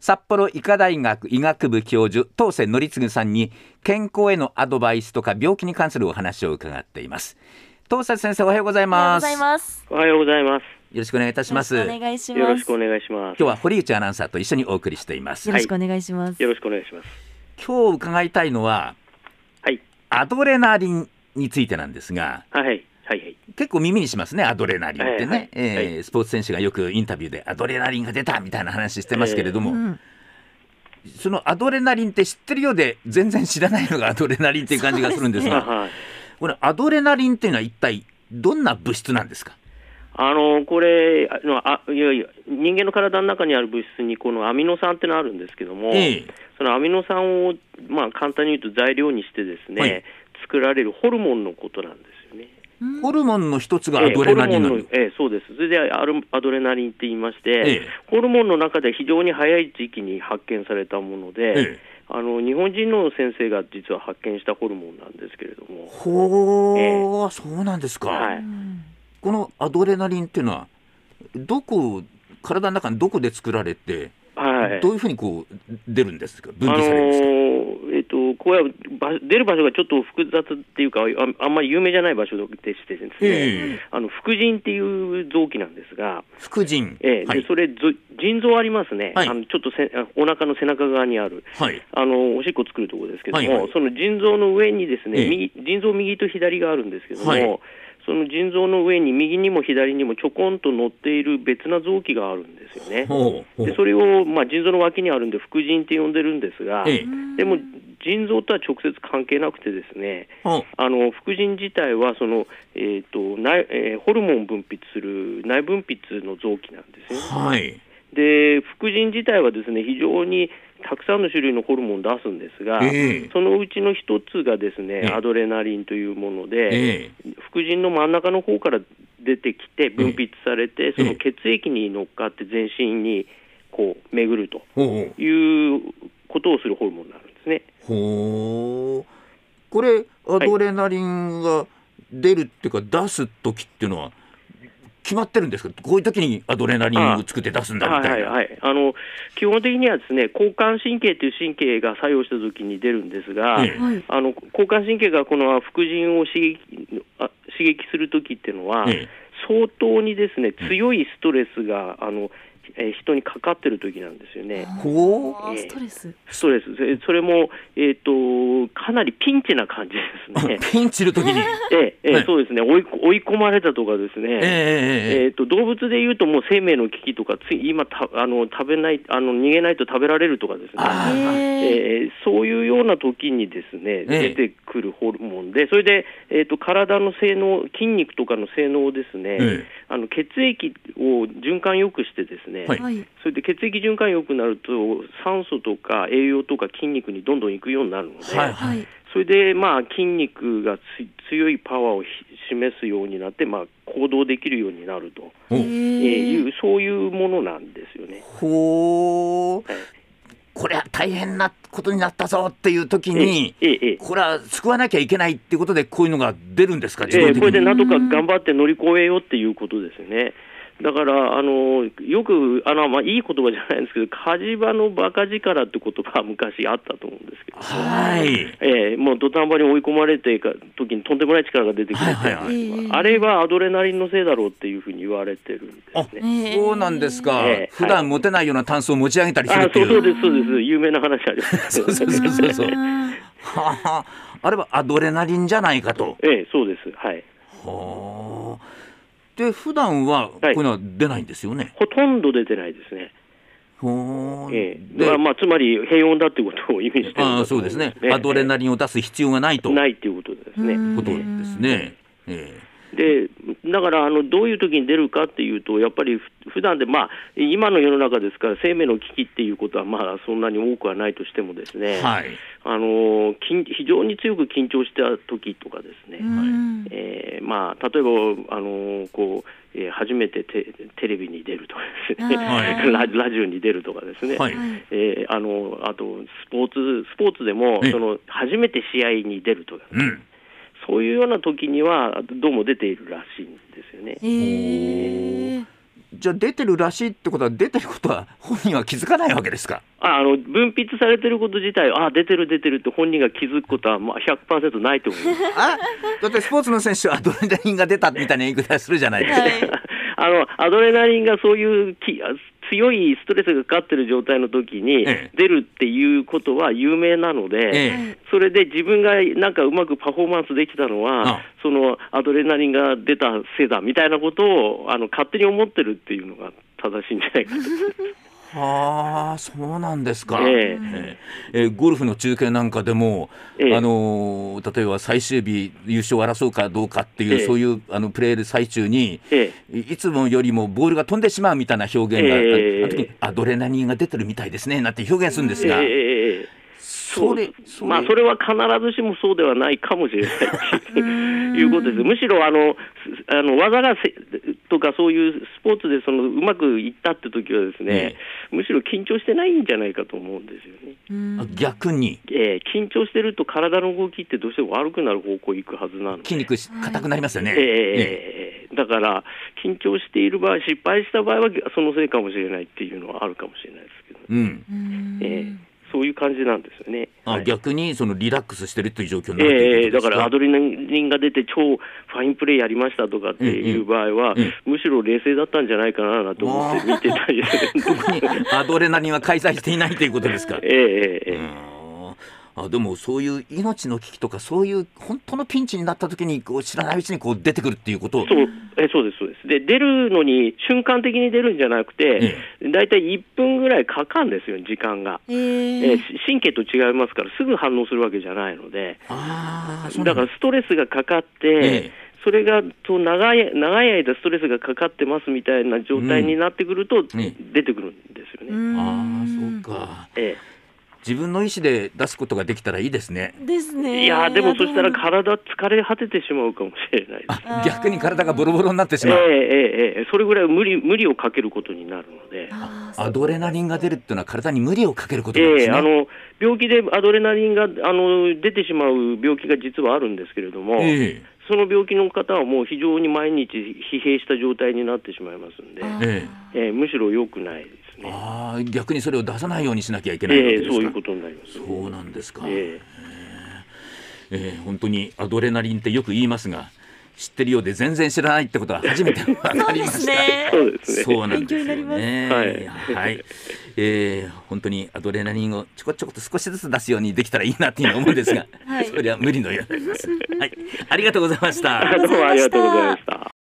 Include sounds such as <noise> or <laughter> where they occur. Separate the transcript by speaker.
Speaker 1: 札幌医科大学医学部教授東瀬則次さんに健康へのアドバイスとか病気に関するお話を伺っています東瀬先生おはようござい
Speaker 2: おはよ
Speaker 1: ま
Speaker 2: うご
Speaker 1: す
Speaker 2: ざい
Speaker 1: よ
Speaker 2: ます。
Speaker 3: おはようございます。
Speaker 1: ろしくお願いいたします
Speaker 2: よろしくお
Speaker 1: 今
Speaker 2: 願いします。
Speaker 3: よろしくお願いします。
Speaker 1: 日は堀内アナウンサーと一緒にお送りしています
Speaker 2: よろしくお願いします。
Speaker 3: よろしくお願いします。
Speaker 1: 今日伺いたいのは
Speaker 3: はい。
Speaker 1: アドレナリンについてなんですが
Speaker 3: はい。はい。はい。
Speaker 1: 結構耳にしますねアドレナリンってね、
Speaker 3: はいはい
Speaker 1: えー
Speaker 3: は
Speaker 1: スポーツ選手がよくインタビューでアドレナリンが出たみたいな話してますけれども、
Speaker 2: うん
Speaker 1: そのアドレナリンって知ってるようで全然知らないのがアドレナリンっていう感じがするんですが
Speaker 2: <laughs>
Speaker 3: あはい。
Speaker 1: これアドレナリンっていうのは一体どんな物質なんですか
Speaker 3: あの、これ、あの、あ、いやいや、人間の体の中にある物質に、このアミノ酸ってのあるんですけども。
Speaker 1: ええ
Speaker 3: そのアミノ酸を、まあ、簡単に言うと材料にしてですね。
Speaker 1: はい
Speaker 3: 作られるホルモンのことなんですよね。
Speaker 2: うん
Speaker 1: ホルモンの一つがア
Speaker 3: ええ
Speaker 1: ドレナリンな
Speaker 3: ホ
Speaker 1: の
Speaker 3: ルモのええ、そうです。それで、アルアドレナリンって言いまして。
Speaker 1: ええ
Speaker 3: ホルモンの中で非常に早い時期に発見されたもので、
Speaker 1: ええ
Speaker 3: あの日本人の先生が実は発見したホルモンなんですけれども、
Speaker 1: ほー、そうなんですか、
Speaker 3: はい
Speaker 2: うん
Speaker 1: このアドレナリンっていうのはどこ体の中のどこで作られて、
Speaker 3: はい、
Speaker 1: どういうふうにこう出るんですか分
Speaker 3: あ
Speaker 1: 離
Speaker 3: の
Speaker 1: されるんですか、
Speaker 3: ーえっと、こうやば出る場所がちょっと複雑っていうか、ああんまり有名じゃない場所でしてですね、
Speaker 1: ええ
Speaker 3: あの副腎っていう臓器なんですが、
Speaker 1: 副腎、
Speaker 3: ええ
Speaker 1: は
Speaker 3: で
Speaker 1: い
Speaker 3: それ、ぞ腎臓ありますね、
Speaker 1: はい
Speaker 3: あのちょっとせあお腹の背中側にある。
Speaker 1: はい
Speaker 3: あのおしっこ作るところですけども、
Speaker 1: はいはい
Speaker 3: その腎臓の上にですね、
Speaker 1: ええ
Speaker 3: 右腎臓右と左があるんですけども、
Speaker 1: はい
Speaker 3: その腎臓の上に右にも左にもちょこんと乗っている別な臓器があるんですよね。
Speaker 1: ほうほう
Speaker 3: でそれを、まあ、腎臓の脇にあるんで、副腎って呼んでるんですが、
Speaker 1: ええ
Speaker 3: でも腎臓とは直接関係なくてですね、
Speaker 1: ほう
Speaker 3: あの副腎自体はその、えーと内えーホルモンを分泌する内分泌の臓器なんですね。
Speaker 1: はい
Speaker 3: で副腎自体はですね非常にたくさんの種類のホルモンを出すんですが、
Speaker 1: ええ
Speaker 3: そのうちの一つがですね、
Speaker 1: ええ
Speaker 3: アドレナリンというもので、
Speaker 1: ええ
Speaker 3: 副腎の真ん中の方から出てきて分泌されて、
Speaker 1: え
Speaker 3: その血液に乗っかって全身にこう巡ると
Speaker 1: ほうほう
Speaker 3: いうことをするホルモンになるんですね。
Speaker 1: ほうこれアドレナリンが出るっていうか、出す時っていうのは決まってるんですかこういう時にアドレナリンを作って出すんだみ
Speaker 3: はい
Speaker 1: た
Speaker 3: はいい
Speaker 1: な、
Speaker 3: はい、あの基本的にはですね交感神経という神経が作用したときに出るんですが、
Speaker 1: ええ
Speaker 2: はい。
Speaker 3: あの交感神経がこの副腎を刺激あ刺激するときっていうのは、
Speaker 1: ええ
Speaker 3: 相当にですね強いストレスが、あのえー人にかかってるときなんですよね。
Speaker 1: ほ
Speaker 2: あーストレス。
Speaker 3: ストレス、えそれも、えっとかなりピンチな感じです
Speaker 1: <laughs>
Speaker 3: ね
Speaker 1: う。ピンチの時に
Speaker 3: ええええ
Speaker 1: はい
Speaker 3: そうですね追い追い込まれたとかですね。
Speaker 1: えええええ
Speaker 3: えー、と動物でいうと、もう生命の危機とか、つい今たあの食べないあの、逃げないと食べられるとかです
Speaker 1: あ
Speaker 3: ね、
Speaker 1: ー
Speaker 2: ええ。
Speaker 3: えーそういうような時にですね
Speaker 1: ええ
Speaker 3: 出てくるホルモンで、それで、えー、と体の性能、筋肉とかの性能をですね、
Speaker 1: ええ
Speaker 3: あの血液を循環よくしてですね、
Speaker 1: はい
Speaker 2: はい。
Speaker 3: それで血液循環よくなると、酸素とか栄養とか筋肉にどんどん行くようになるので、
Speaker 1: はい
Speaker 2: はい。
Speaker 3: それで、まあ、筋肉がつ強いパワーをひ示すようになって、まあ、行動できるようになると。
Speaker 1: ほう
Speaker 3: えー
Speaker 2: え
Speaker 3: い
Speaker 2: え。
Speaker 3: うそういうものなんですよね。
Speaker 1: ほう
Speaker 3: はい
Speaker 1: これは大変なことになったぞっていう時に
Speaker 3: ええええ
Speaker 1: これは救わなきゃいけないっていうことでこういうのが出るんですか自
Speaker 3: え
Speaker 1: 動
Speaker 3: え
Speaker 1: 的
Speaker 3: これ
Speaker 1: に、
Speaker 3: でなんとか頑張って乗り越えようっていうことですよね。だから、あのよくあの、まあ、いい言葉じゃないんですけど、火事場の馬鹿力って言葉は昔あったと思うんですけど、
Speaker 1: はい
Speaker 3: ええもう土壇場に追い込まれていく時にとんでもない力が出てくるって
Speaker 1: は
Speaker 3: いうの
Speaker 1: いはい
Speaker 2: はいええ
Speaker 3: あれはアドレナリンのせいだろうっていうふうに言われてるんですね。
Speaker 2: ええ
Speaker 1: そうなんですか、
Speaker 3: ええ
Speaker 1: 普段持てないようなタンスを持ち上げたりする
Speaker 3: あ
Speaker 1: ってい
Speaker 3: そう
Speaker 1: う
Speaker 3: そうです、そうです、有名な話ありますよね
Speaker 1: <laughs> そうそうそうそう
Speaker 2: あ
Speaker 1: はあ、 <laughs> あれはアドレナリンじゃないかと。
Speaker 3: <laughs> ええ、そうです、はい。
Speaker 1: はあ、で普段はこう
Speaker 3: はいいう
Speaker 1: のは出ないんですよね。
Speaker 3: ほとんど出てないですね。
Speaker 1: はあ
Speaker 3: ええ
Speaker 1: で、
Speaker 3: まあまあ、つまり平穏だってことを意味してるんだと思
Speaker 1: あ
Speaker 3: ん
Speaker 1: あそうですね、アドレナリンを出す必要がないという
Speaker 3: ないっていうことですね。
Speaker 2: うん
Speaker 1: ことですね。え
Speaker 3: でだからあのどういう時に出るかっていうと、やっぱりふ普段でまあ今の世の中ですから生命の危機っていうことはまあそんなに多くはないとしてもです
Speaker 1: え
Speaker 3: ね。
Speaker 1: はい、
Speaker 3: あの緊非常に強く緊張した時とかですね。
Speaker 2: うん
Speaker 3: えーまあ、例えば、あのこうえー初めてテテレビに出るとかですね、
Speaker 2: はい
Speaker 3: <laughs> ララジオに出るとかですね、
Speaker 1: はい、
Speaker 2: はい。
Speaker 3: えーあのあとスポーツスポーツでも
Speaker 1: ええ
Speaker 3: その初めて試合に出るとか、
Speaker 1: うん。
Speaker 3: そういうような時にはどうも出ているらしいんですよね。
Speaker 2: ええ。
Speaker 1: じゃあ出てるらしいってことは出てることは <laughs> 本人は気づかないわけですか
Speaker 3: ああの分泌されてること自体、あ出てる、出てるって本人が気づくことはまあ100%ないと思います <laughs>
Speaker 1: あだってスポーツの選手はアドレナリンが出たみたいな言い方するじゃないですか。
Speaker 2: はい
Speaker 3: あのアドレナリンがそういうき強いストレスがかかってる状態の時に
Speaker 1: ええ
Speaker 3: 出るっていうことは有名なので、
Speaker 1: え
Speaker 3: それで自分がなんかうまくパフォーマンスできたのは、
Speaker 1: あ
Speaker 3: そのアドレナリンが出たせいだみたいなことをあの勝手に思ってるっていうのが正しいんじゃないか
Speaker 1: え、はあそうなんですか。
Speaker 3: と、ええ
Speaker 1: えええーゴルフの中継なんかでも、
Speaker 3: ええ
Speaker 1: あのー例えば最終日優勝を争うかどうかっていう、
Speaker 3: ええ
Speaker 1: そういうあのプレーの最中に
Speaker 3: ええ
Speaker 1: いいつもよりもボールが飛んでしまうみたいな表現があったり、
Speaker 3: ええ
Speaker 1: あの時にアドレナリンが出てるみたいですねなんて表現するんですが、
Speaker 3: ええええええ
Speaker 1: それそれ,、
Speaker 3: まあ、それは必ずしもそうではないかもしれないということです、むしろあのすあの技がせとか、そういうスポーツでそのうまくいったって時はですね、むしろ緊張してないんじゃないかと思うんですよね。
Speaker 1: あ逆に
Speaker 3: えー緊張してると体の動きってどうしても悪くなる方向に行くはずなので
Speaker 1: 筋肉し硬くなりますよね。
Speaker 3: え
Speaker 1: ええ
Speaker 3: えだから緊張している場合失敗した場合はそのせいかもしれないっていうのはあるかもしれないですけど、
Speaker 1: うん
Speaker 3: ええそういう感じなんですよね。
Speaker 1: あ
Speaker 3: はい
Speaker 1: 逆にそのリラックスしてるという状況になると
Speaker 3: え
Speaker 1: い
Speaker 3: え
Speaker 1: うこ
Speaker 3: だ
Speaker 1: と
Speaker 3: か
Speaker 1: です
Speaker 3: らアドレナリンが出て、超ファインプレーやりましたとかっていう場合は、
Speaker 1: うんうん
Speaker 3: むしろ冷静だったんじゃないかなと思って見てたりするんです
Speaker 1: 特にアドレナリンは開催していないということですか。
Speaker 3: <laughs> えええええ
Speaker 1: う
Speaker 3: え
Speaker 1: ーんあでもそういう命の危機とかそういう本当のピンチになった時にこう知らないうちにこう出てくるっていうことを
Speaker 3: そうえそうです、そうです。で、出るのに瞬間的に出るんじゃなくて、大体1分ぐらいかかるんですよ、時間が。
Speaker 2: え
Speaker 3: え
Speaker 2: ー
Speaker 3: し神経と違いますから、すぐ反応するわけじゃないので、
Speaker 1: ああそうな
Speaker 3: だ
Speaker 1: ん
Speaker 3: か
Speaker 1: だ
Speaker 3: らストレスがかかって、
Speaker 1: ええ
Speaker 3: それがと長い長い間、ストレスがかかってますみたいな状態になってくると、
Speaker 1: ええ
Speaker 3: 出てくるんですよね。
Speaker 2: うん
Speaker 1: あーそうか
Speaker 3: え
Speaker 1: 自分の意思で出すことができたらいいですね
Speaker 2: です
Speaker 3: え、
Speaker 2: ね。
Speaker 3: いやーでもそしたら
Speaker 2: か
Speaker 3: 体疲れ果ててしまうかもしれないです。
Speaker 1: あ
Speaker 2: あー
Speaker 1: 逆に体がボロボロになってし
Speaker 3: ええ
Speaker 1: まう、
Speaker 3: ええええそれぐらい無理無理をかけることになるので。
Speaker 1: アドレナリンが出るっていうのは体に無理をかけることなんで
Speaker 3: ええ
Speaker 1: すね、
Speaker 3: あの病気でアドレナリンがあの出てしまう病気が実はあるんですけれども、
Speaker 1: ええ
Speaker 3: その病気の方はもう非常に毎日疲弊した状態になってしまいますんで、
Speaker 1: ええ
Speaker 3: ええむしろ良くないですね。
Speaker 1: あー逆にそれを出さないようにしなきゃいけないわけ
Speaker 3: ええ
Speaker 1: ですか、
Speaker 3: そういうことになります、
Speaker 1: そうなんですか、
Speaker 3: え
Speaker 1: えー本当にアドレナリンってよく言いますが知ってるようで全然知らないってことは初めて分かりました。
Speaker 2: そうですね
Speaker 3: え。そうですね。 <laughs>
Speaker 1: そうなんですよね。
Speaker 3: 勉強になります
Speaker 1: はい、えー本当にアドレナリンをちょこちょこと少しずつ出すようにできたらいいなっていうのは思うんですが、
Speaker 2: はい
Speaker 1: それは無理のようになります。はい、ありがとうございました。
Speaker 3: どうもありがとうございました。